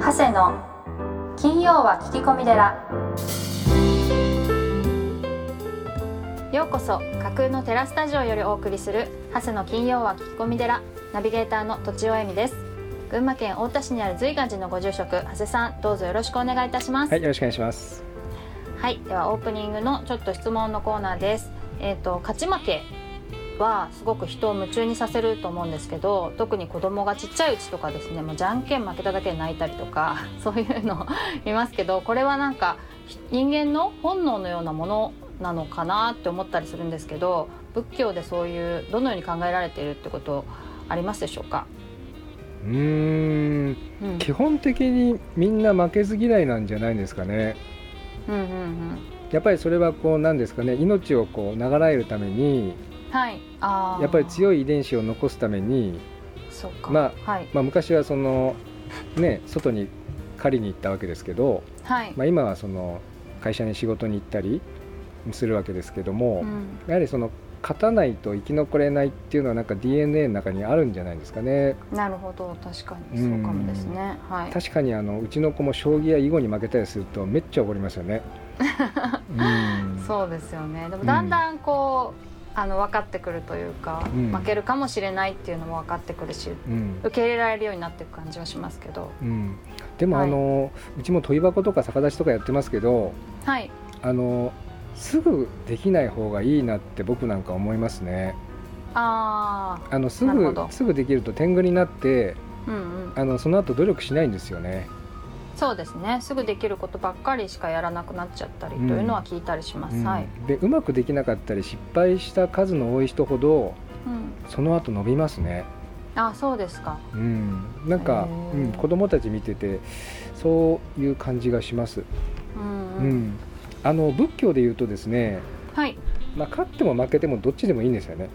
長谷の金曜は聞き込み寺ようこそ架空のテラスタジオよりお送りする長谷の金曜は聞き込み寺ナビゲーターの土地尾恵美です群馬県太田市にある随願寺のご住職長谷さんどうぞよろしくお願いいたしますはい、よろしくお願いします。はい、ではオープニングのちょっと質問のコーナーです。えっ、と勝ち負けはすごく人を夢中にさせると思うんですけど、特に子供がちっちゃいうちとかですね、もうじゃんけん負けただけで泣いたりとか そういうのいますけど、これはなんかひ人間の本能のようなものなのかなって思ったりするんですけど、仏教でそういうどのように考えられているってことありますでしょうか。うーん、うん、基本的にみんな負けず嫌いなんじゃないんですかね。うんうんうん。やっぱりそれはこうなんですかね、命をこう長らえるために、はい、あーやっぱり強い遺伝子を残すために、そうか、まはいまあ昔はそのね、外に狩りに行ったわけですけど、はい、まあ今はその会社に仕事に行ったりするわけですけどうも、ん、やはりその勝たないと生き残れないっていうのはなんか DNA の中にあるんじゃないですかね。なるほど確かにそうかもですねはい確かにあのうちの子も将棋や囲碁に負けたりするとめっちゃ怒ります よね。うんそうですよねでもだんだんこう、あの分かってくるというか、うん負けるかもしれないっていうのも分かってくるしうん受け入れられるようになっていく感じはしますけどうんでもはあいの、うちも問い箱とか逆立ちとかやってますけどはいあのすぐできない方がいいなって僕なんか思いますね。ああのすなるほぐどすぐできると天狗になってあうんうんあのその後努力しないんですよね。そうですねすぐできることばっかりしかやらなくなっちゃったりというのは聞いたりします、うんはい、でうまくできなかったり失敗した数の多い人ほどうん、その後伸びますね。あそうですかうん、なんへ、かーうん、子供たち見ててそういう感じがします、うんううんん、あの仏教で言うとですね、はいまあ、勝っても負けてもどっちでもいいんですよね、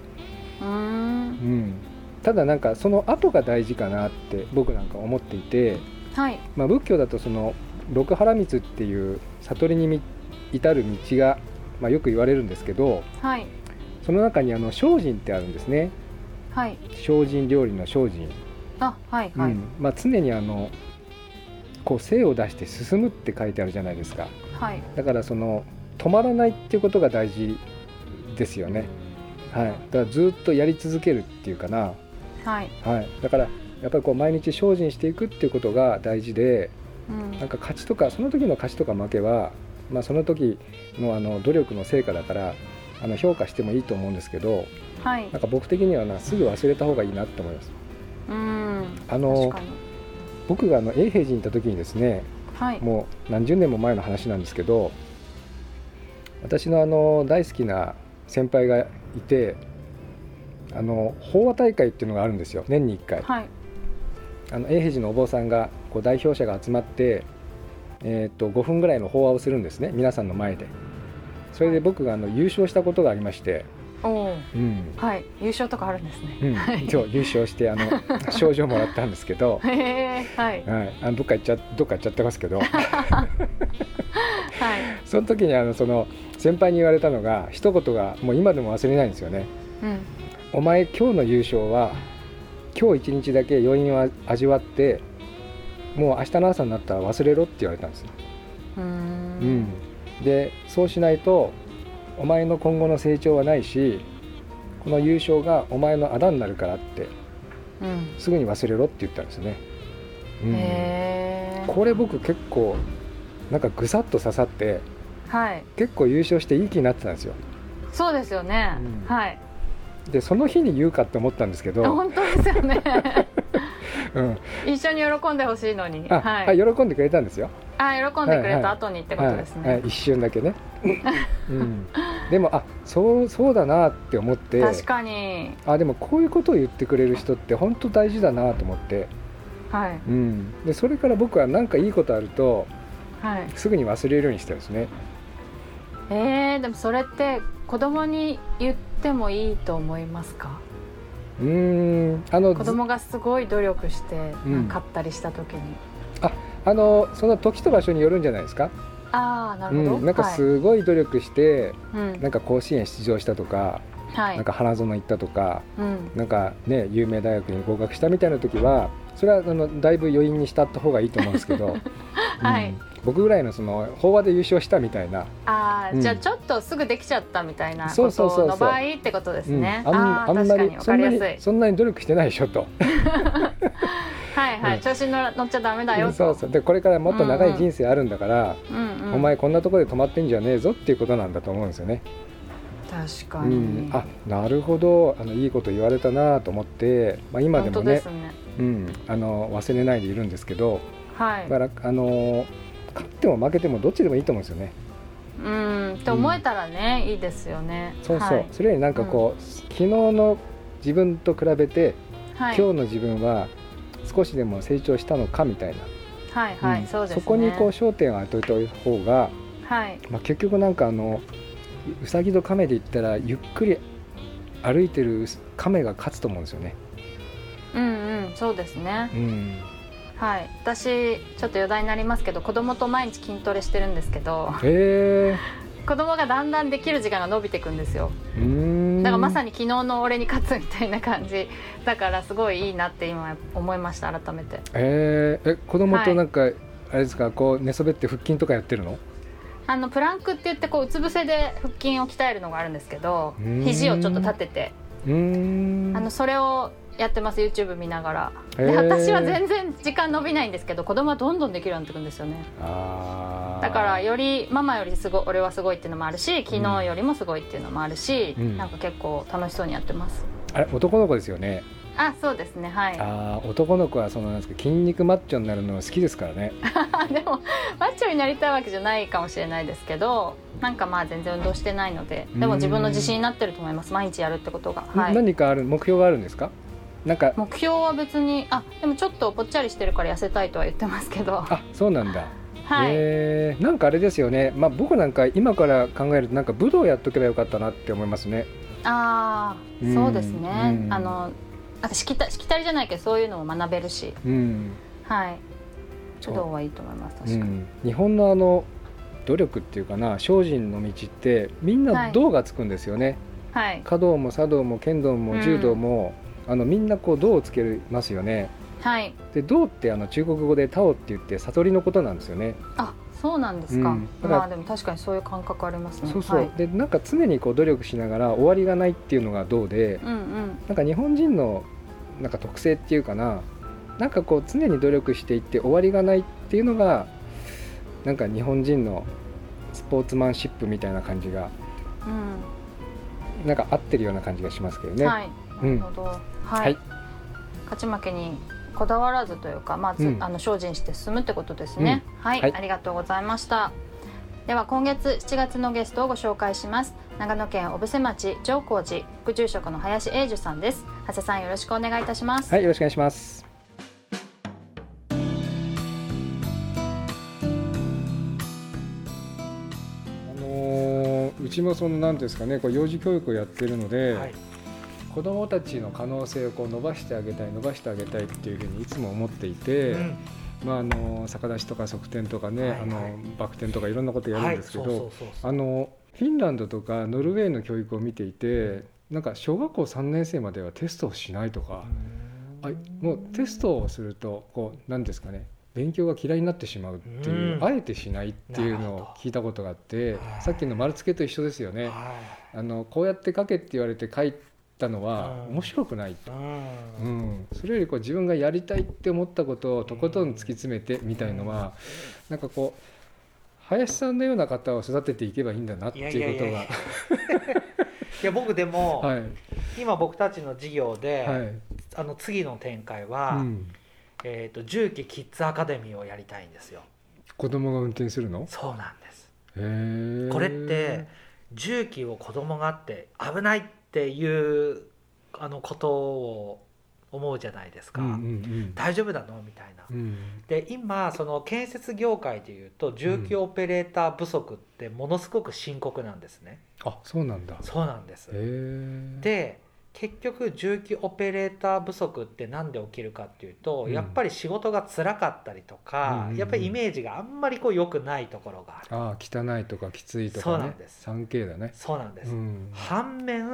うーうんん、ただなんかその後が大事かなって僕なんか思っていて、はいまあ、仏教だとその六波羅蜜っていう悟りにみ至る道が、まあ、よく言われるんですけどはいその中にあの精進ってあるんですねはい精進料理の精進あはいはい、うんまあ、常にあのこう精を出して進むって書いてあるじゃないですかはいだからその止まらないっていうことが大事ですよね、はい、だからずっとやり続けるっていうかな、はい、はい、だからやっぱりこう毎日精進していくっていうことが大事でうんなんか勝ちとかその時の勝ちとか負けは、まあ、その時のあの努力の成果だからあの評価してもいいと思うんですけどはいなんか僕的にはなすぐ忘れた方がいいなって思います。うんあ確のかに僕があの永平寺にいた時にですねはいもう何十年も前の話なんですけど私のあの大好きな先輩がいてあの法話大会っていうのがあるんですよ年に1回はいあの永平寺のお坊さんがこう代表者が集まって、えー、と5分ぐらいの法話をするんですね皆さんの前でそれで僕があの優勝したことがありまして、おおうんはい優勝とかあるんですねうん、そう優勝してあの 賞状もらったんですけど、へえはいはい、あのどっか行っちゃどっか行っちゃってますけどはいその時にあのその先輩に言われたのが一言がもう今でも忘れないんですよねうん「お前今日の優勝は今日一日だけ余韻を味わってもう明日の朝になったら忘れろ」って言われたんです、うーうんん、でそうしないとお前の今後の成長はないしこの優勝がお前のあだになるからってうんすぐに忘れろって言ったんですね、うんへえこれ僕結構なんかぐさっと刺さってはい結構優勝していい気になってたんですよそうですよねうんはいでその日に言うかって思ったんですけど、本当ですよね うん一緒に喜んでほしいのにあはいあ喜んでくれたんですよあ喜んでくれた後にってことですはいはねい一瞬だ けね、うん、でもあそうそうだなって思って確かにあでもこういうことを言ってくれる人って本当大事だなと思って、はいうん、でそれから僕は何かいいことあるとはいすぐに忘れるようにしてるんですねえーでもそれって子供に言ってもいいと思いますかうーんあの子ず供がすごい努力してうん買ったりした時にあのその時と場所によるんじゃないですか、ああなうるほど、ん、なんかはいすごい努力して、うんなんか甲子園出場したとか、はいなんか花園行ったとかうんなんかね有名大学に合格したみたいな時はそれはあのだいぶ余韻に浸った方がいいと思うんです けど、はいうん僕ぐらいのその法話で優勝したみたいな、あー、うんじゃあちょっとすぐできちゃったみたいなそこうそうそうそとうの場合ってことですうんね、あああんーあ確んまかりにわそかんりなやすにいそんなに努力してないでしょとはいはい、うん調子に乗っちゃダメだよとそうそうでこれからもっと長い人生あるんだから、うんうん、お前こんなところで止まってんじゃねえぞっていうことなんだと思うんですよね。確うかに、ん、あなるほどあのいいこと言われたなと思って、まあ、今で本も当ねですねうん、あの忘れないでいるんですけどはいだからあの勝っても負けてもどっちでもいいと思うんですよね。うんって思えたらね、いいですよねそうそう、はいそれよりなんかこう、昨日の自分と比べて、はい、今日の自分は少しでも成長したのかみたいな、はいはい、うんそうですねこにこう焦点を当てといた方が、はいまあ、結局なんかあのううさぎと亀で言ったらゆっくり歩いてる亀が勝つと思うんですよね。うんうんそうですねうん、はい私ちょっと余談になりますけど子供と毎日筋トレしてるんですけどへえ子供がだんだんできる時間が伸びていくんですようーんだからまさにに昨日の俺に勝つみたいな感じだからすごいいいなって今思いました改めてええ子供となんか、あれですかこう寝そべって腹筋とかやってるのあのプランクって言ってこううつ伏せで腹筋を鍛えるのがあるんですけどうーん肘をちょっと立ててうーんあのそれをやってます YouTube 見ながらへでー私は全然時間伸びないんですけど子供はどんどんできるようになってくるんですよねあーだからよりママよりすごい俺はすごいっていうのもあるし昨日よりもすごいっていうのもあるし、うんなんか結構楽しそうにやってますあれ男の子ですよねあそうですねはいあー男の子はそのなんですか筋肉マッチョになるの好きですからねでもマッチョになりたいわけじゃないかもしれないですけどなんかまあ全然運動してないのででも自分の自信になってると思います毎日やるってことが、はい、何かある目標があるんですかなんか目標は別にあでもちょっとぽっちゃりしてるから痩せたいとは言ってますけどあそうなんだ、はい、えーなんかあれですよね、まあ、僕なんか今から考えるとなんか武道やっとけばよかったなって思いますねああうんそうですね、うんあのあしきたしきたりじゃないけどそういうのも学べるしうん、はいそう武道はいいと思います確うかに、ん、日本のあの努力っていうかな精進の道ってみんはない道がつくんですよね、はい華道も茶道も剣道うんも柔道も、あのみんなこう道をつけますよねはいで道ってあの中国語でタオって言って悟りのことなんですよね、あそうなんですか、うんだからまあでも確かにそういう感覚ありますねそうそう、はい、でなんか常にこう努力しながら終わりがないっていうのが道でうんうんなんか日本人のなんか特性っていうかななんかこう常に努力していって終わりがないっていうのがなんか日本人のスポーツマンシップみたいな感じがうんなんか合ってるような感じがしますけどね。はい、うなんるほど、はい、はい勝ち負けにこだわらずというか、まあつうんあの精進して進むってことですね、はい、はいありがとうございましたでは今月7月のゲストをご紹介します長野県小布施町上高寺副住職の林英樹さんです長谷さんよろしくお願いいたします、はい、よろしくお願いします。あのーうちもそのなんていうんですかね、こう幼児教育をやってるので、はい子どもたちの可能性をこう伸ばしてあげたい、伸ばしてあげたいっていうふうにいつも思っていて、うんまああの逆立ちとか側転とかね、はいはいあのバク転とかいろんなことやはるんいですけそど、うそうそうそうあのフィンランドとかノルウェーの教育を見ていて、なんか小学校3年生まではテストをしないとか。あもうテストをするとこう何ですかね勉強が嫌いになってしまうっていう、うんあえてしないっていうのなるをほど聞いたことがあってはいさっきの丸つけと一緒ですよね、はいあのこうやって書けって言われて書いたのはうん面白くない、ううんん、それよりこう自分がやりたいって思ったことをとことん突き詰めてみたいのはなんかこう林さんのような方を育てていけばいいんだなっていやいやいいうやいやこいや僕でも、とがはい今僕たちの授業で、はいあの次の展開は、うん、えっ、と重機キッズアカデミーをやりたいんですよ子供が運転するのそうなんですへえこれって重機を子供があって危ないっていうあのことを思うじゃないですか、うんうん大丈夫なのみたいなうんうんで今その建設業界でいうと重機オペレーター不足ってものすごく深刻なんですね、あそうなんだそうなんです、へえで結局重機オペレーター不足って何で起きるかっていうと、うんやっぱり仕事が辛かったりとか、うんやっぱりイメージがあんまりこう良くないところがある、ああ汚いとかきついとそうかなんねです産経だねそうなんです、うん反面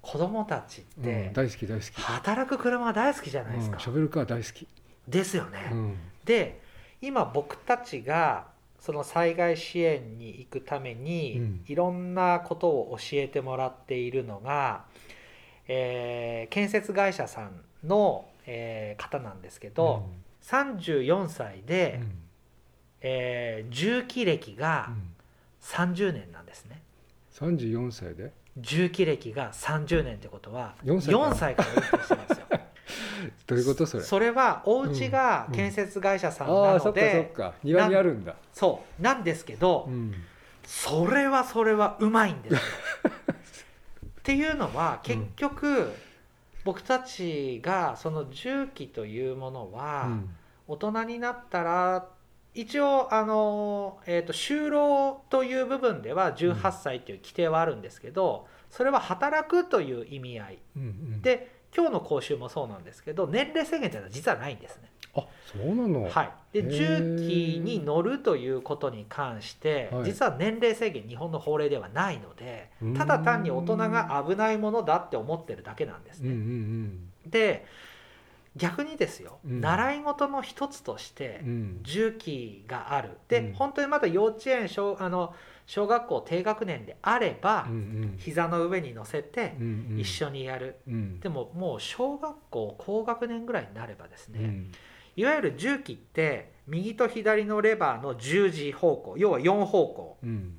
子供たちっうんて大好き大好き働く車大好きじゃないですか、うんショベルカー大好きですよね、うんで今僕たちがその災害支援に行くために、うんいろんなことを教えてもらっているのが、えー建設会社さんの、えー方なんですけど、34歳うんで、うんえー重機歴がうん30年なんですね34歳で重機歴が30年ってことは4歳から4歳から運転してま すよどういうことそれそれはお家が建設会社さんあなあそっかそのっで、か庭にあるんだそうなんですけど、うんそれはそれはうまい んですよっていうのは結局、僕たちがその重機というものは、うん大人になったら一応あの、えー、と就労という部分では18歳という規定はあるんですけど、それは働くという意味合いうんうんで今日の講習もそうなんですけど年齢制限というのは実はないんですね。あそうなのはい、でへー重機に乗るということに関して、はい実は年齢制限日本の法令ではないのでうーんただ単に大人が危ないものだって思ってるだけなんですうんうね。んで逆にですよ、うん習い事の一つとしてうんうん重機があるで、うん本当にまだ幼稚園小あの小学校低学年であれば、うん膝の上に乗せてうんうん一緒にやる、うんでももう小学校高学年ぐらいになればですね、うんいわゆる重機って右と左のレバーの十字方向要は4方向うん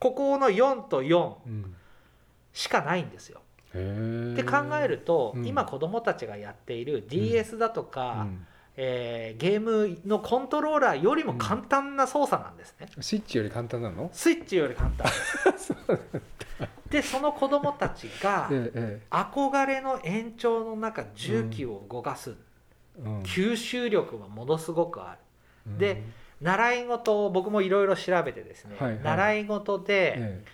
ここの4と4うんしかないんですよ。へえって考えると、うん今子どもたちがやっている DS だとうか、んえーゲームのコントローラーよりも簡単な操作なんですね。スイッチより簡単なのスイッチより簡 単でその子どもたち がええ憧れの延長の中重機を動かす、ええうん吸収力はものすごくある。うんで習い事を僕もいろいろ調べてですね、はいはい習い事で、え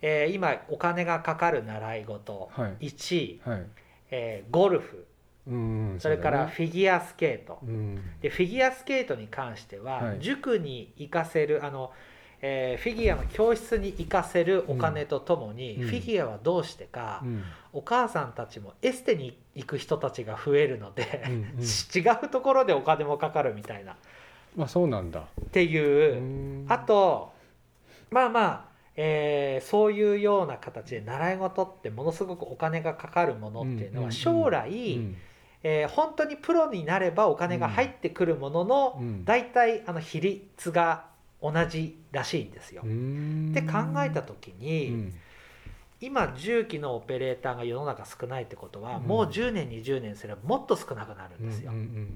えー今お金がかかる習い事、はい1位、えはいえーゴルフうんうんそれからそうフィギュアスケート、だねうんでフィギュアスケートに関しては、はい塾に行かせるあの、えーフィギュアの教室に行かせるお金とともに、うんフィギュアはどうしてか、うんお母さんたちもエステに行く人たちが増えるので、う んうん違うところでお金もかかるみたいなっまあそうなんだていう。うんあとまあまあ、えーそういうような形で習い事ってものすごくお金がかかるものっていうんうのうんうんは将来、うんえー本当にプロになればお金が入ってくるものの、うん大体あの比率が同じらしいんですよ。うんって考えた時に、うん今重機のオペレーターが世の中少ないってことは、うんもう10年20年すればもっと少なくなるんですよ。うんうん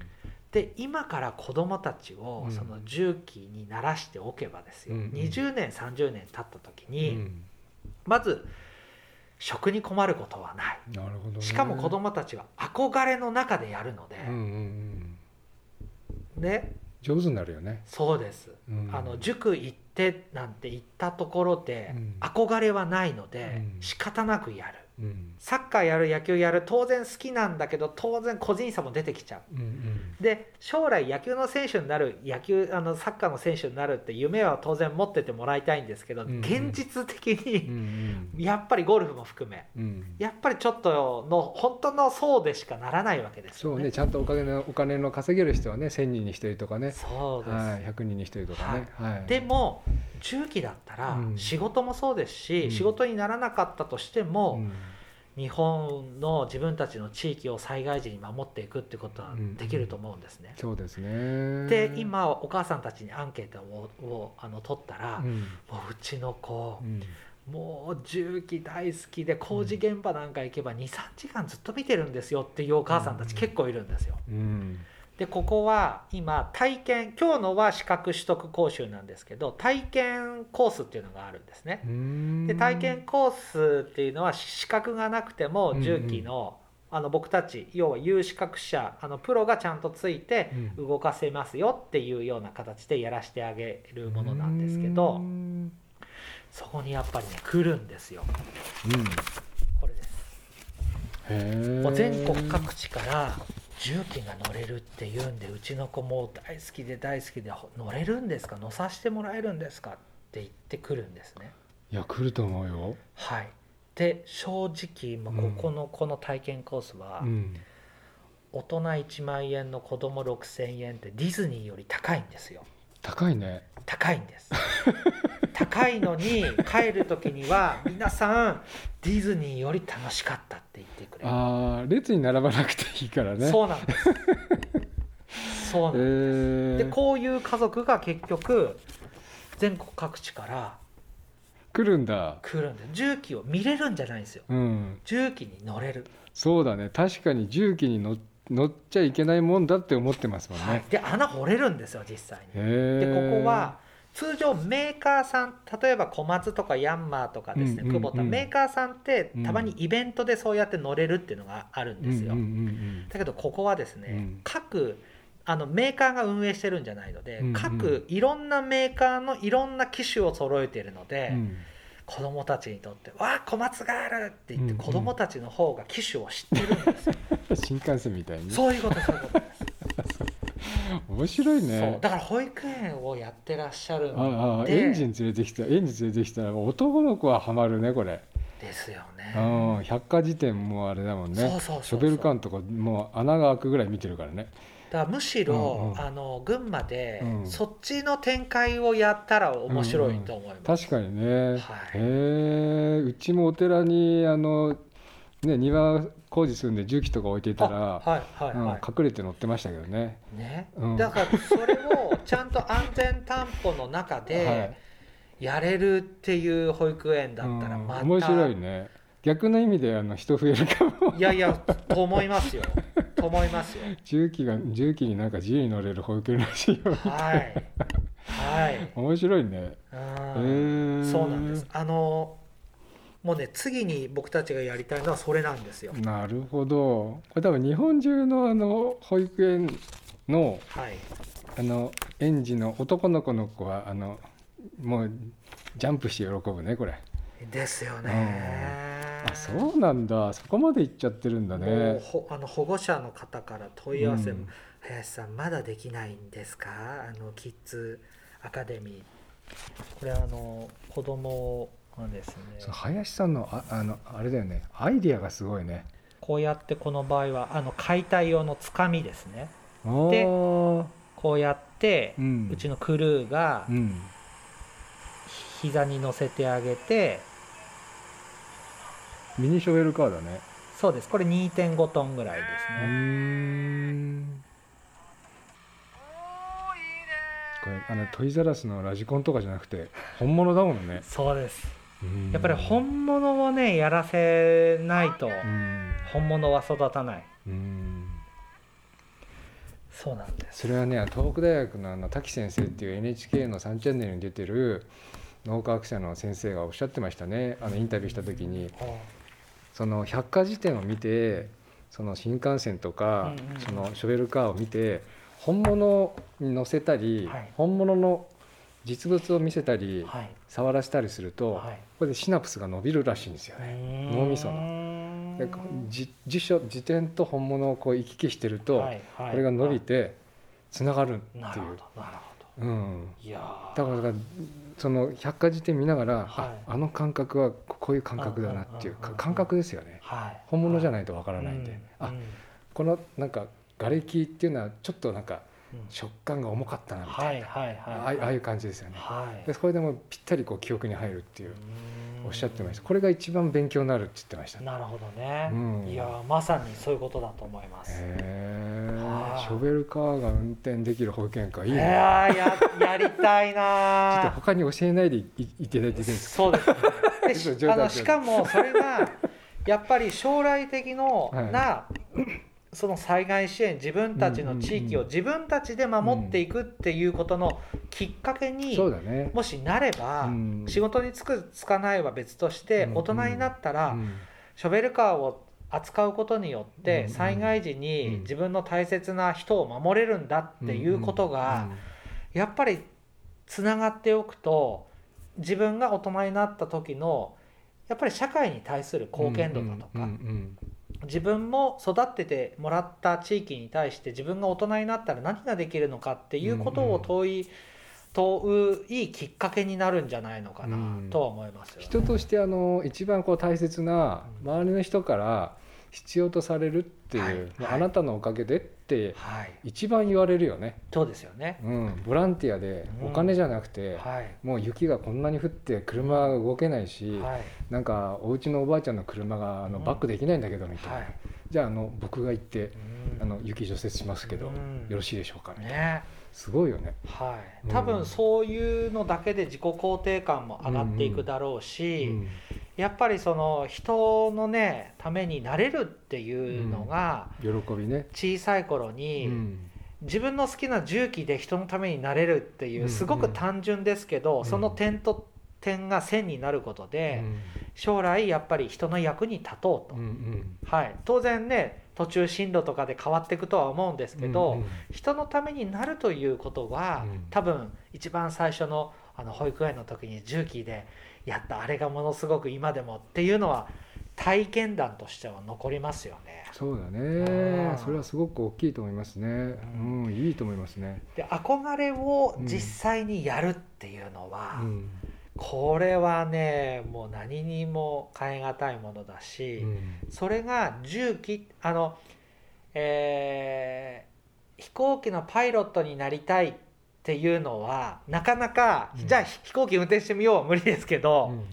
で今から子どもたちをうんその重機に慣らしておけばですよ、うんうん20年30年経った時うんに、うんまず食に困ることはないなるほどねしかも子どもたちは憧れの中でやるので、うんうんうんね上手になるよねそうです、うんあの塾行ってなんて言ったところでうん憧れはないのでうん仕方なくやるうんサッカーやる野球やる当然好きなんだけど当然個人差も出てきちゃううんうんで将来野球の選手になる野球あのサッカーの選手になるって夢は当然持っててもらいたいんですけど、うんうん現実的うに、んやっぱりゴルフも含めうんうんやっぱりちょっとの本当の層でしかならないわけですそようね。ねちゃんとお金のお金の稼げる人はね1000人に1人とかねそうです、はい100人に1人とかねはいでも中期だったらうん仕事もそうですし、うん仕事にならなかったとしてうも、ん日本の自分たちの地域を災害時に守っていくってことはできると思うんですね。そうですねで今お母さんたちにアンケートををあの取ったら、うんもううちの子う、んもう重機大好きで工事現場なんか行けば23時間ずっと見てるんですよっていうお母さんたち結構いるんですよ。うんでここは今体験今日のは資格取得講習なんですけど体験コースっていうのがあるんですね。うんで体験コースっていうのは資格がなくてもうんうん重機の,、あの僕たち要は有資格者あのプロがちゃんとついてうん動かせますよっていうような形でやらせてあげるものなんですけど。うんそこにやっぱりね来るんですようんこれですへもうえ全国各地から重機が乗れるっていうんでうちの子も大好きで大好きでほ乗れるんですか乗させてもらえるんですかって言ってくるんですねいや来ると思うよはいで正直、まあうんここのこの体験コースは、うん大人1万円の子供6,000円ってディズニーより高いんですよ高いね高いん です高いのに帰る時には皆さんディズニーより楽しかったって言ってくれるあー列に並ばなくていいからねそうなんですそうなんえで ーす、でこういう家族が結局全国各地から来るんだ来るんで重機を見れるんじゃないんですようん重機に乗れる、そうだね確かに重機に乗乗っちゃいけないもんだって思ってますもんね、はい、で穴掘れるんですよ実際にへでえここは通常メーカーさん例えば小松とかヤンマーとかですね、うんうんうん久保田メーカーさんってうんたまにイベントでそうやって乗れるっていうのがあるんですよ、うんうんうんうんだけどここはですね、うん各あのメーカーが運営してるんじゃないので、うんうん各いろんなメーカーのいろんな機種を揃えているので、うん子供たちにとって「わあ小松がある!」って言っうてんうん子供たちの方が機種を知ってるん ですよ、新幹線みたいにねそういうことそういうことです、面白いそうねだから保育園をやってらっしゃるあんあでエンジン連れてきたエンジン連れてきたら男の子はハマるねこれ、ですよねうん、百科事典もあれだもんねそうそうそうそうショベルカーのとかもう穴が開くぐらい見てるからねだからむしうんろ、うんあの群馬で、うんそっちの展開をやったら面白いと思います、確かにね、へはいえうちもお寺にあの、ね、庭工事するんで重機とか置いていたら、あはいはいうんはい、隠れて乗ってましたけどね、ね、うんだからそれをちゃんと安全担保の中でやれるっていう保育園だはいったらうんまた、面白いね逆の意味であの人増えるかも いやいやと思いますよと思いますよ重機が重機になんか自由に乗れる保育園らしいよはいはい面白いね、うんへえそうなんですあのもうね次に僕たちがやりたいのはそれなんですよなるほどこれ多分日本中のあの保育園のはいあの園児の男の子の子はあのもうジャンプして喜ぶねこれですよねあそうなんだそこまで行っちゃってるんだもうねほあの保護者の方から問い合わせも、うん林さんまだできないんですかあのキッズアカデミーこれあの子供がですねそう林さんのああのあれだよねアイディアがすごいねこうやってこの場合はあの解体用のつかみですねあーこうやって、ううんちのクルーがうん膝に乗せてあげてミニショベルカーだねそうですこれ2.5トンぐらいでうすね、ーんこれあのトイザラスのラジコンとかじゃなくて本物だもんねそうですうんやっぱり本物をねやらせないとうん本物は育たないうんそうなんですそれはね東北大学のあの滝先生っていう NHK の3チャンネルに出てる脳科学者の先生がおっしゃってましたねあのインタビューした時にその百科事典を見てその新幹線とか、うんうんそのショベルカーを見て本物に乗せたり、はい本物の実物を見せたり、はい触らせたりすると、はいこれでシナプスが伸びるらしいんですよね。脳みそののでこうじ辞書辞典と本物をこう行き来してると、これが伸びてつながるっていう。なるほどなるほどうんいやーだからだからその百科事典見ながら、はいああの感覚はこういう感覚だなっていううんうんうんかうん感覚ですよねはい本物じゃないないとわからないんで、うんあうんこのなんか瓦礫っていうのはちょっとなんかうん食感が重かったなみたはいいな、はいあはあいいああいう感じですよねはいでそれでもぴったりこう記憶に入るっていううんおっしゃってましたこれが一番勉強になるって言ってましたへなるほどねうんいやーまさにそういうことだと思いますえはいショベルカーが運転できる保育園かいいいなやーややりた いちょっとなー他に教えないでいいただいていいですかそうですねで し冗談冗談あのしかもそれがやっぱり将来的のはいなその災害支援自分たちの地域をうん自分たちで守っていくっていうことのきっかけにそうだねもしなればうん仕事に就く就かないは別としてうん大人になったらうんショベルカーを扱うことによっうてん災害時うんに自分の大切な人を守れるんだっていうことがうんやっぱりつながっておくと自分が大人になった時のやっぱり社会に対する貢献度だとか、うんうん自分も育っててもらった地域に対して自分が大人になったら何ができるのかっていうことうんうをん問い、問ういいきっかけになるんじゃないのかなとは思いますよね、人としてあの一番こう大切な周りの人から必要とされるっていう、はいまあはいあなたのおかげでってはい一番言われるよね、そうですよねうん、ボランティアでうんお金じゃなくて、はいもう雪がこんなに降って車が動けないし、はいなんかお家のおばあちゃんの車があのうんバックできないんだけどみたいな、はいじゃああの僕が行ってうんあの雪除雪しますけど、うんよろしいでしょうかみたいなねすごいよね。はういん多分そういうのだけで自己肯定感も上がっていくだろうし、うんやっぱりその人のねためになれるっていうのが喜びね、小さい頃に、うん自分の好きな重機で人のためになれるっていうんうすごく単純ですけど、んその点と点が線になることで、う将来やっぱり人の役に立とうと、んうんはい、当然ね途中進路とかで変わっていくとは思うんですけど、うんうん人のためになるということは、うん多分一番最初のあの保育園の時に重機でやったあれがものすごく今でもっていうのは体験談としては残りますよね。そうだねあーそれはすごく大きいと思いますねうん、いいと思いますね、で憧れを実際にやるっていうのは、うんこれはねもう何にも変え難いものだうし、んそれが重機あの、えー飛行機のパイロットになりたいっていうのはなかなか、うんじゃあ飛行機運転してみようは無理ですけうど、ん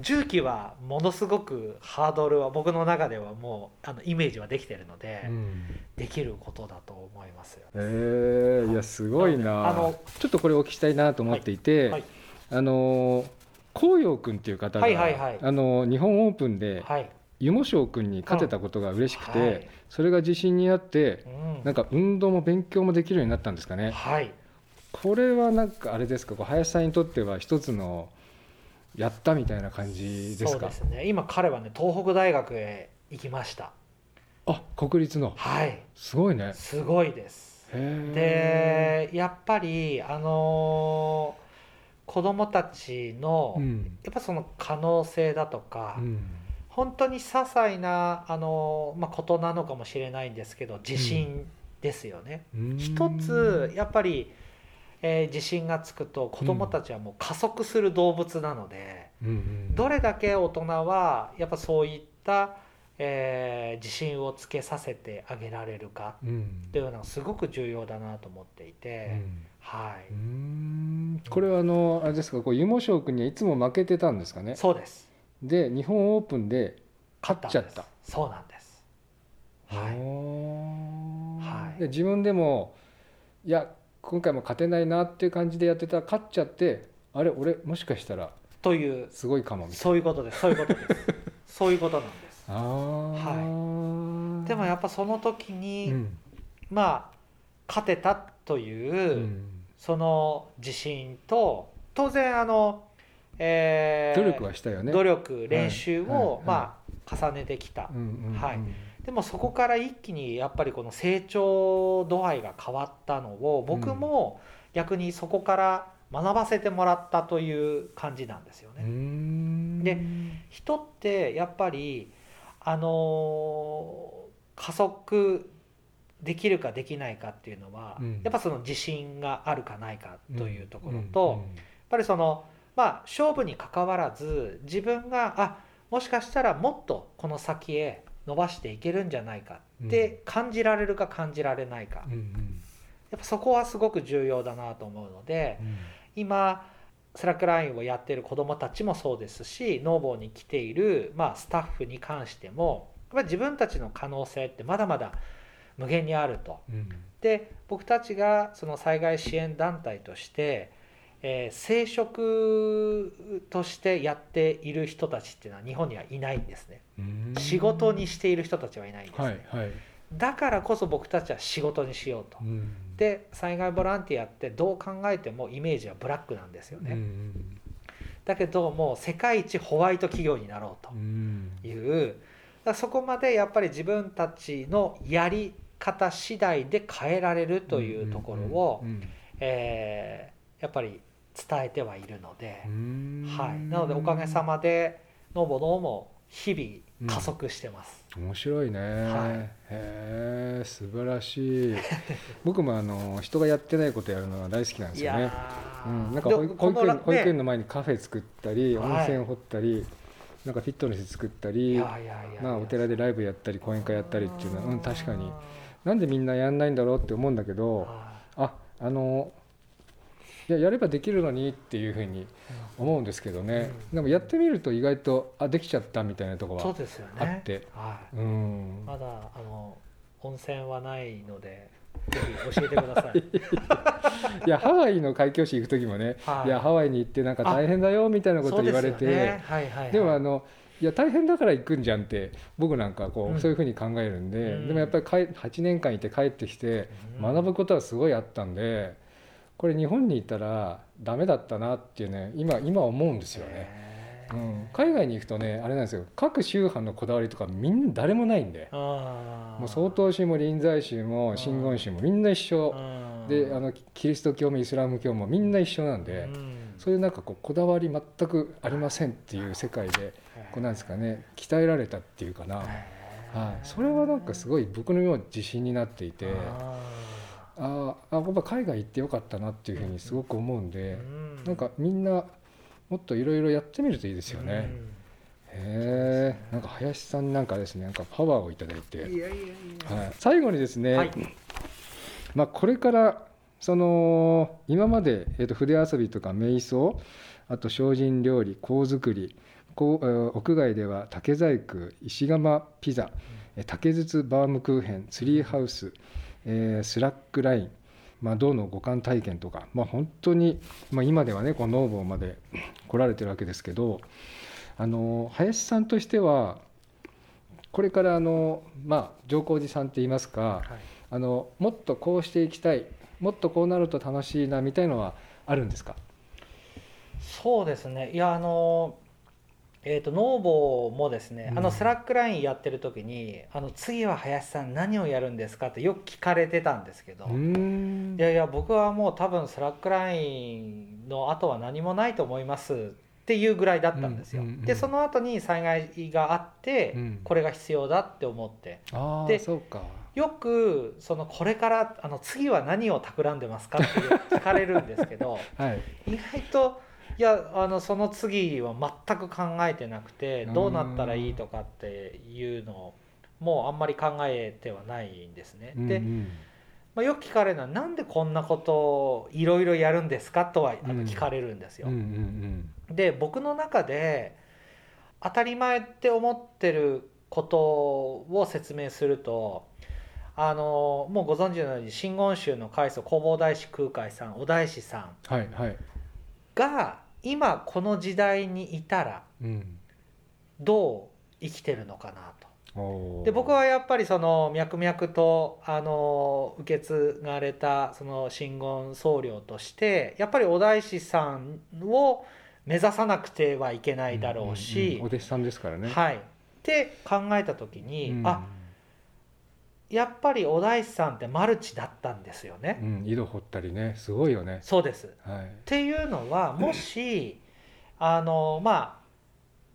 重機はものすごくハードルは僕の中ではもうあのイメージはできてるので、うんできることだと思いますよ。えー、いやすごいなあのちょっとこれお聞きしたいなと思っていて、はいはいあのー紅葉君っていう方が、はいはいはいあのー日本オープンではい、湯茂翔君に勝てたことが嬉しくて、はいそれが自信になってうんなんか運動も勉強もできるようになったんですかね。はいこれはなんかあれですかこう林さんにとっては一つのやったみたいな感じですそうかですね今彼はね東北大学へ行きましたあ国立のはいすごいねすごいですへでやっぱりあのー子供たちの、えうんやっぱその可能性だとか、うん本当に些細なあのーまあ、ことなのかもしれないんですけど自信ですよね、うん一つやっぱり、えー自信がつくと子供たちはもう加速する動物なので、うんうんどれだけ大人はやっぱそういった、えー自信をつけさせてあげられるかうんっていうのがすごく重要だなと思っていて、うんはうい、んこれはあのあれですかこう湯茂翔君にはいつも負けてたんですかねそうですで日本オープンで勝っちゃった勝んですそうなんですはいおーはいで自分でもいや今回も勝てないなっていう感じでやってたら勝っちゃってあれ俺もしかしたらというすごいかもみたいそういうことですそういうことで すそういうことなんですなあー、でもっやっぱその時に、うんまあ勝てたというう、んその自信と当然あの、えー努力はしたよね努力練習はいはいを、はいまあ重ねてきた、うんうんうんはいでもそこから一気にやっぱりこの成長度合いが変わったのを僕も逆にそこから学ばせてもらったという感じなんですようね。んで人ってやっぱりあのー加速できるかできないかっていうのは、うんやっぱその自信があるかないかというところと、やっうんぱりそのまあ勝負にかかわらず自分があもしかしたらもっとこの先へ伸ばしていけるんじゃないかって感じられるか感じられないか、うんうんやっぱそこはすごく重要だなと思うのでう、ん今スラックラインをやっている子どもたちもそうですし農房に来ている、まあ、スタッフに関してもやっぱり自分たちの可能性ってまだまだ無限にあると。うんで僕たちがその災害支援団体として、えー生殖としてやっている人たちっていうのは日本にはいないんですねうん仕事にしている人たちはいないんですね、はいはいだからこそ僕たちは仕事にしようとうんで災害ボランティアってどう考えてもイメージはブラックなんですよね、うんだけどもう世界一ホワイト企業になろううんという、だからそこまでやっぱり自分たちのやり方次第で変えられるというところを、うんうんえーやっぱり伝えてはいるので、うんはい、なのでおかげさまでノボノも日うん々加速してます。面白いね、いへえ素晴らしい 僕もあの人がやってないことやるのが大好きなんですよねーうん、なんか保で育こ保育の園ね保育園の前にカフェ作ったりはい温泉掘ったり、なんかフィットネス作ったいり、やいやいやまあ、お寺でイライブやったり講演会やったりっていうのは、うん、確かになんでみんなやんないんだろうって思うんだけどああのいややればできるのにっていうふうに思うんですけどね、でもやってみると意外とあできちゃったみたいなとこそうはですよねあって、はいうんまだあの温泉はないのでぜひ教えてく ださいいやハワイの開教師行く時もね、はいい、やハワイに行ってなんか大変だよみたいなこと言われてそうですよねはいはいはいでもあのいや大変だから行くんじゃんって僕なんかこう、うんそういうふうに考えるんで、うんでもやっぱりかえ8年間いて帰ってきてうん学ぶことはすごいあったんでこれ日本にいたらダメだったなっていうね今今思うんですよね、へうーん、海外に行くとねあれなんですよ各宗派のこだわりとかみんな誰もないんであーもう曹洞宗も臨済宗も真言宗もみんな一緒うんであのキリスト教もイスラム教もみんな一緒なんで、うんそういうなんかこうこだわり全くありませんっていう世界でこうなんですかね鍛えられたっていうかな、はい、それはなんかすごい僕のよう自信になっていてああーあやっぱ海外行ってよかったなっていうふうにすごく思うんーでう、んなんかみんなもっといろいろやってみるといいですよね、へえんか林さんなんかですねなんかパワーをいただいて、うんいやいやいやはい、最後にですね、はいまあ、これからその今まで、えー、と筆遊びとか瞑想あと精進料理香作りこうえー屋外では竹細工石窯ピザえー竹筒バームクーヘンツリーハウス、えースラックライン、まあ、銅の五感体験とか、まあ、本当に、まあ、今ではねこのノーボーまで来られてるわけですけどあの林さんとしてはこれからあの、まあ、上皇寺さんって言いますかはいあのもっとこうしていきたいもっとこうなると楽しいなみたいのはあるんですかそうですねいやあのえー、とノーボーもですね、うんあのスラックラインやってる時にあの次は林さん何をやるんですかってよく聞かれてたんですけど、うーんいやいや僕はもう多分スラックラインの後は何もないと思いますっていうぐらいだったんですよ、うんうんうんでその後に災害があって、うんこれが必要だって思ってああでそうかよくそのこれからあの次は何を企んでますかって聞かれるんです けどはい意外といやあのその次は全く考えてなくてどうなったらいいとかっていうのをもうあんまり考えてはないんですね。で、うんまあ、よく聞かれるのはなんでこんなことをいろいろやるんですかとはあうのん聞かれるんですうんよ。うんうんで僕の中で当たり前って思ってることを説明するとあのもうご存知のように真言宗の開祖弘法大師空海さんお大師さんはいはいが今この時代にいたらうんどう生きてるのかなと。おーで僕はやっぱりその脈々とあの受け継がれたその真言僧侶としてやっぱりお大師さんを目指さなくてはいけないだろううんうんしうんお弟子さんですからねはいって考えた時に、うんあやっぱりお大師さんってマルチだったんですよね、うん井戸掘ったりねすごいよねそうです。っはいていうのはもしあのまあ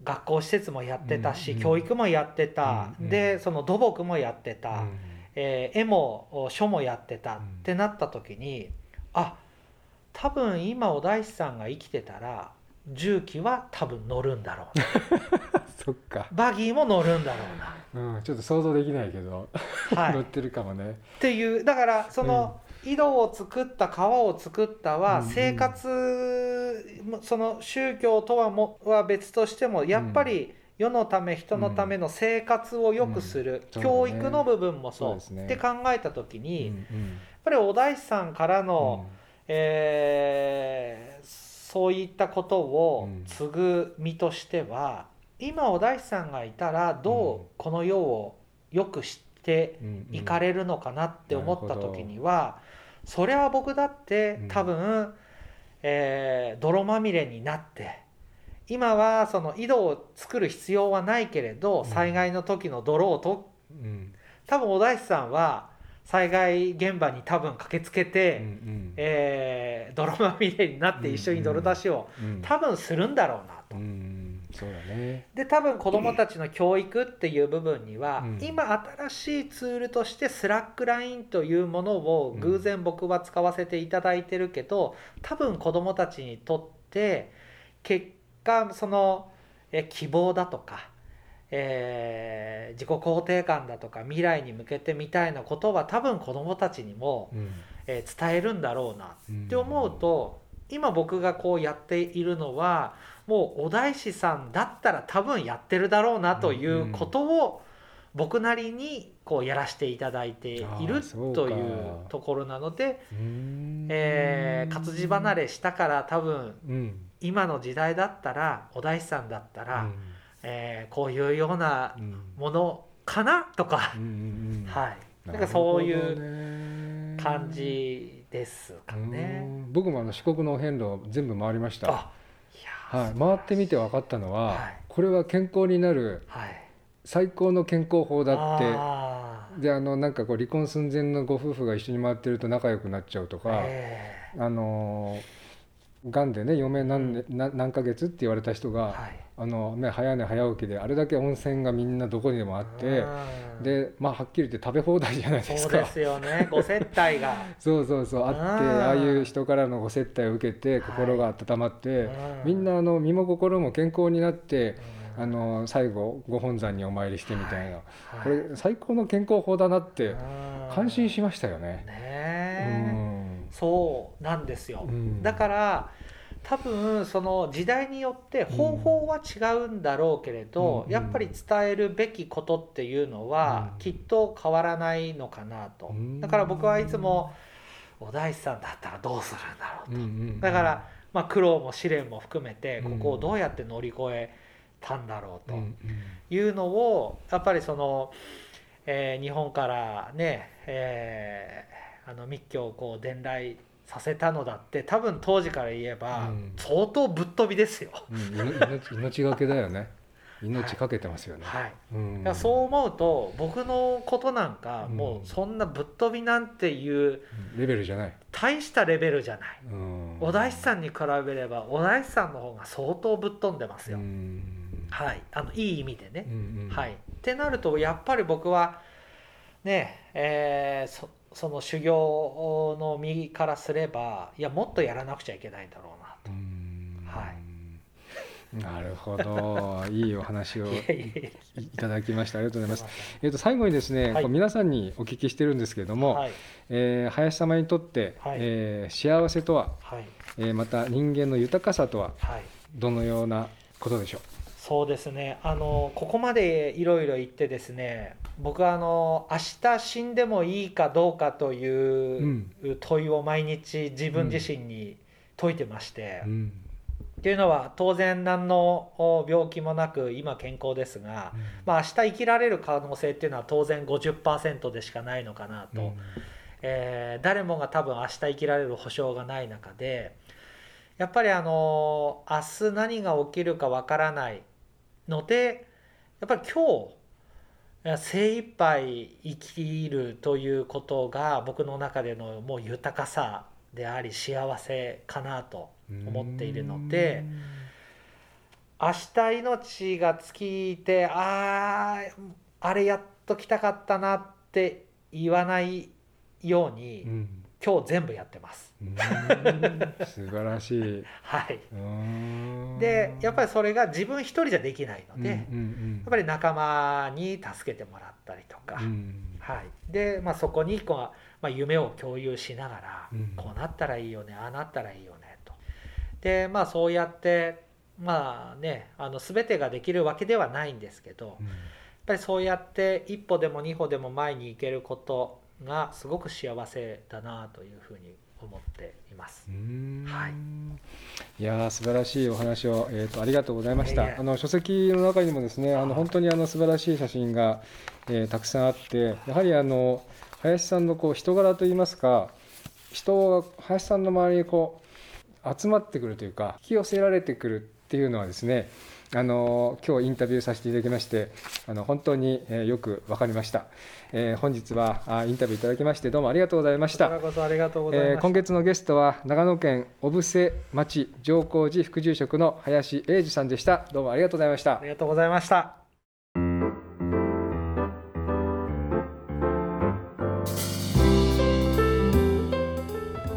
学校施設もやってたし、うんうん教育もやってた、うんうんでその土木もやってた。うんえー絵も書もやってたってなった時に、あ多分今お大師さんが生きてたら重機は多分乗るんだろ うなそっかバギーも乗るんだろうな、うんちょっと想像できないけどはい、乗っってるかもねていうだからその、井戸を作った川を作ったはうんうん生活、その宗教とはもは別としてもやっぱり世のため人のための生活を良くする、うん教育の部分もそうそうですねって考えた時に、うんやっうんぱりお大師さんからの、うんえーそういったことをうん継ぐ身としては、今お大師さんがいたらどうこの世を良くしてうんうんいかれるのかなって思った時には、それは僕だってうん多分、えー泥まみれになって今はその井戸を作る必要はないけれどん災害の時の泥をとうん多分お大師さんは災害現場に多分駆けつけて。うんうんえー泥まみれになって一緒に泥出しをうん多分するんだろうなうと。んそうだねで多分子どもたちの教育っていう部分には、うん今新しいツールとしてスラックラインというものを偶然僕は使わせていただいてるけど多分子どもたちにとって結果その、え希望だとか、えー自己肯定感だとか未来に向けてみたいなことは多分子どもたちにも、えー伝えるんだろうなうんって思うと今僕がこうやっているのはもうお大師さんだったら多分やってるだろうなということを僕なりにこうやらせていただいていあるーそうかというところなので、うんえー活字離れしたから多分うん今の時代だったらお大師さんだったら、うんえーこういうようなうんものかなとかう、んうん はいなんるかほそうどねいう感じですかね。うん僕もあの四国のお遍路を全部回りました、あいやーはい、回ってみて分かったのは、はいこれは健康になるはい最高の健康法だっあてであのなんかこう離婚寸前のご夫婦が一緒に回ってると仲良くなっちゃうとーか、えあのがんでね余命何,、年な何ヶ月って言われた人が、ーはいあのね、早寝早起きであれだけ温泉がみんなどこにでもあってうんで、まあ、はっきり言って食べ放題じゃないですそうかですよねご接 待が、そうそうそうあってうんああいう人からのご接待を受けて心が温まって、うんみんなあの身も心も健康になってうんあの最後ご本山にお参りしてみたいな、はいこれ最高の健康法だなってうん感心しましたよね。ねうえんそうなんですよ、うんだから多分その時代によって方法は違うんだろうけれど、うんやっぱり伝えるべきことっていうのはうんきっと変わらないのかなと、うんだから僕はいつもお大師さんだったらどうするんだろうと、うんうんだから、まあ、苦労も試練も含めてうこんこをどうやって乗り越えたんだろううんとうんいうのをやっぱりその、えー日本からね、えーあの密教をこう伝来させたのだって多分当時から言えばうん相当ぶっ飛びですよ。うんいの命命がけだよね命かけてますよね。はい、うんだからそう思うと僕のことなんかもうそんなぶっ飛びなんていうレベルじゃない。大したレベルじゃない。うんお大師さんに比べればお大師さんの方が相当ぶっ飛んでますよ。うんはい、あのいい意味でね。うんうんはい、ってなるとやっぱり僕はねえーそその修行の身からすればいやもっとやらなくちゃいけないんだろうなうーんはなるほ ど、いいお話をと。いやいやいやいただきました。ありがとうございますす。いえっと最後にですね、はいこう皆さんにお聞きしてるんですけれどませんも、はいえー林様にとって、はいえー幸せとは、はいえーまた人間の豊かさとははいどのようなことでしょそうですねあのここまでいろいろ言ってですね僕はあの明日死んでもいいかどうかという問いを毎日自分自身に解いてまして、う。うんっていうのは当然何のお病気もなく今健康ですが、まあ、明日生きられる可能性っていうのは当然50%でしかないのかなと、えー誰もが多分明日生きられる保証がない中でやっぱりあのー明日何が起きるかわからないのでやっぱり今日えー精一杯生きるということが僕の中でのもう豊かさであり幸せかなと思っているので。明日命が尽きてあーあれやっときたかったなって言わないように、うんうん今日全部やってます。う ーん素晴らしい。はい、ででやっぱりりそれが自分一人じゃできないので、やうんうんっぱり仲間に助けてもらったりとか、うんはい、で、まあ、そこにこう、まあ、夢を共有しながら、うんこうなったらいいよねああなったらいいよねとでまあそうやってまあねあの全てができるわけではないんですけど、うんやっぱりそうやって一歩でも二歩でも前に行けることがすごく幸せだなというふうに思っていますう。ーんはいいやー素晴らしいお話を、えー、とありがとうございましいえいえたあの書籍の中にもですねあの本当にあの素晴らしい写真が、えーたくさんあってやはりあの林さんのこう人柄といいますか人が林さんの周りにこう集まってくるというか引き寄せられてくるっていうのはですねあの今日インタビューさせていただきましてあの本当に、えーよく分かりました、えー本日はあインタビューいただきましてどうもありがとうございましこちたらこそありがとうございました。えー今月のゲストは長野県小布施町上皇寺副住職の林英二さんでしたどうもありがとうございましたありがとうございました。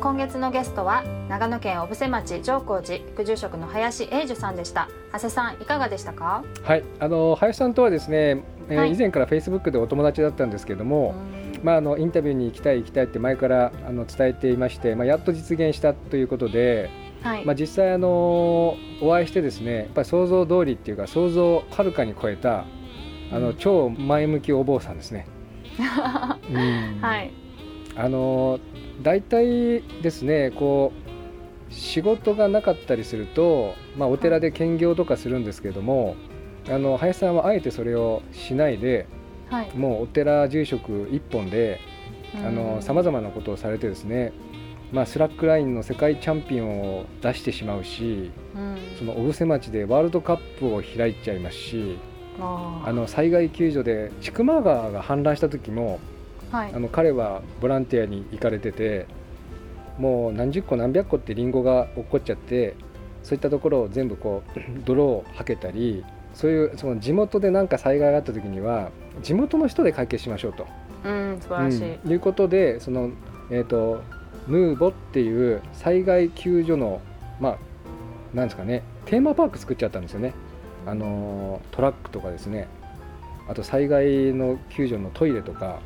今月のゲストは長野県小布施町上高寺副住職の林英樹さんでした長谷さんいかがでしたか、はい、あの林さんとはですね、えーはい以前からフェイスブックでお友達だったんですけども、まあ、あのインタビューに行きたい行きたいって前からあの伝えていまして、まあ、やっと実現したということで、はい、まあ、実際あのお会いしてですねやっぱり想像通りっていうか想像をはるかに超えたあうのん超前向きお坊さんですね。うんはい、あの大体ですねこう仕事がなかったりすると、まあ、お寺で兼業とかするんですけどもあの林さんはあえてそれをしないではい、もうお寺住職一本でさまざまなことをされてですね、まあ、スラックラインの世界チャンピオンを出してしまうしま、うん、その小布施町でワールドカップを開いちゃいますしああの災害救助で千曲川が氾濫した時もーはいあの彼はボランティアに行かれててもう何十個何百個ってリンゴが落っこっちゃってそういったところを全部こう 泥をはけたりそういうその地元で何か災害があった時には地元の人で解決しましょうと、うん素晴らしい、うんいうことでその、えー、とヌーボっていう災害救助のまあなんですかねテーマパーク作っちゃったんですよね、あのートラックとかですねあと災害の救助のトイレとか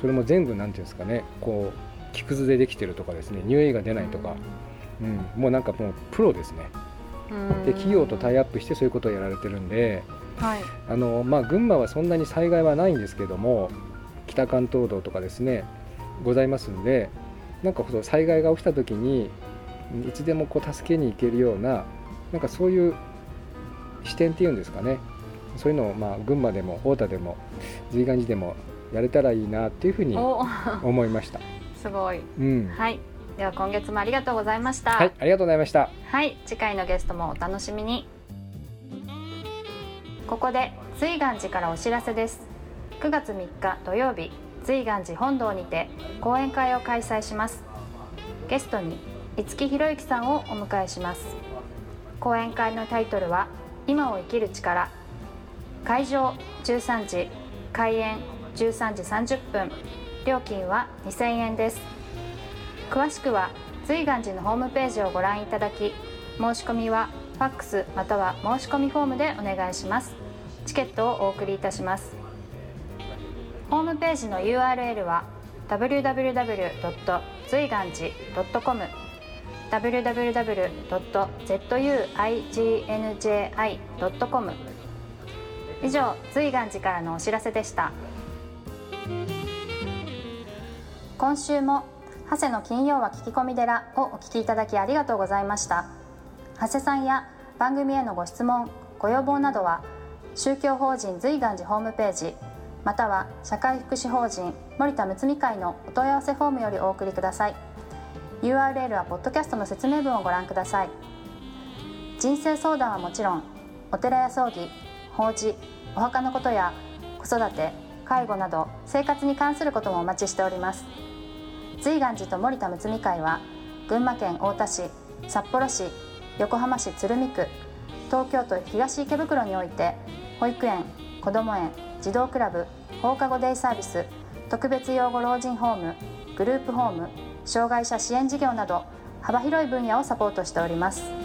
それも全部なんていうんですかねこう木くずでできてるとかですね匂いが出ないとか、うん、もうなんかもうプロですねうんで企業とタイアップしてそういうことをやられてるんではいあのまあ、群馬はそんなに災害はないんですけども北関東道とかですねございますんでなんかこう災害が起きた時にうんいつでもこう助けに行けるようななんかそういう視点っていうんですかねそういうのをまあ群馬でも太田でも随願寺でもやれたらいいなっていうふうにお思いました。すごいうん、はいでは今月もありがとうございましたはい、ありがとうございました。はい、次回のゲストもお楽しみにここで瑞岩寺からお知らせです9月3日土曜日瑞岩寺本堂にて講演会を開催しますゲストに五木ひろゆきさんをお迎えします講演会のタイトルは今を生きる力会場13時開演13時30分料金は2000円です詳しくは瑞願寺のホームページをご覧いただき申し込みはファックスまたは申し込みフォームでお願いしますチケットをお送りいたしますホームページの URL は www.zuiganji.com www.zuiganji.com 以上瑞願寺からのお知らせでした今週も長谷の金曜は聞き込み寺をお聞きいただきありがとうございました長谷さんや番組へのご質問ご要望などは宗教法人随願寺ホームページまたは社会福祉法人森田睦美会のお問い合わせフォームよりお送りください URL はポッドキャストの説明文をご覧ください人生相談はもちろんお寺や葬儀法事お墓のことや子育て介護など生活に関することもお待ちしております瑞願寺と森田睦美会は群馬県太田市札幌市横浜市鶴見区東京都東池袋において保育園こども園児童クラブ放課後デイサービス特別養護老人ホームグループホーム障害者支援事業など幅広い分野をサポートしております。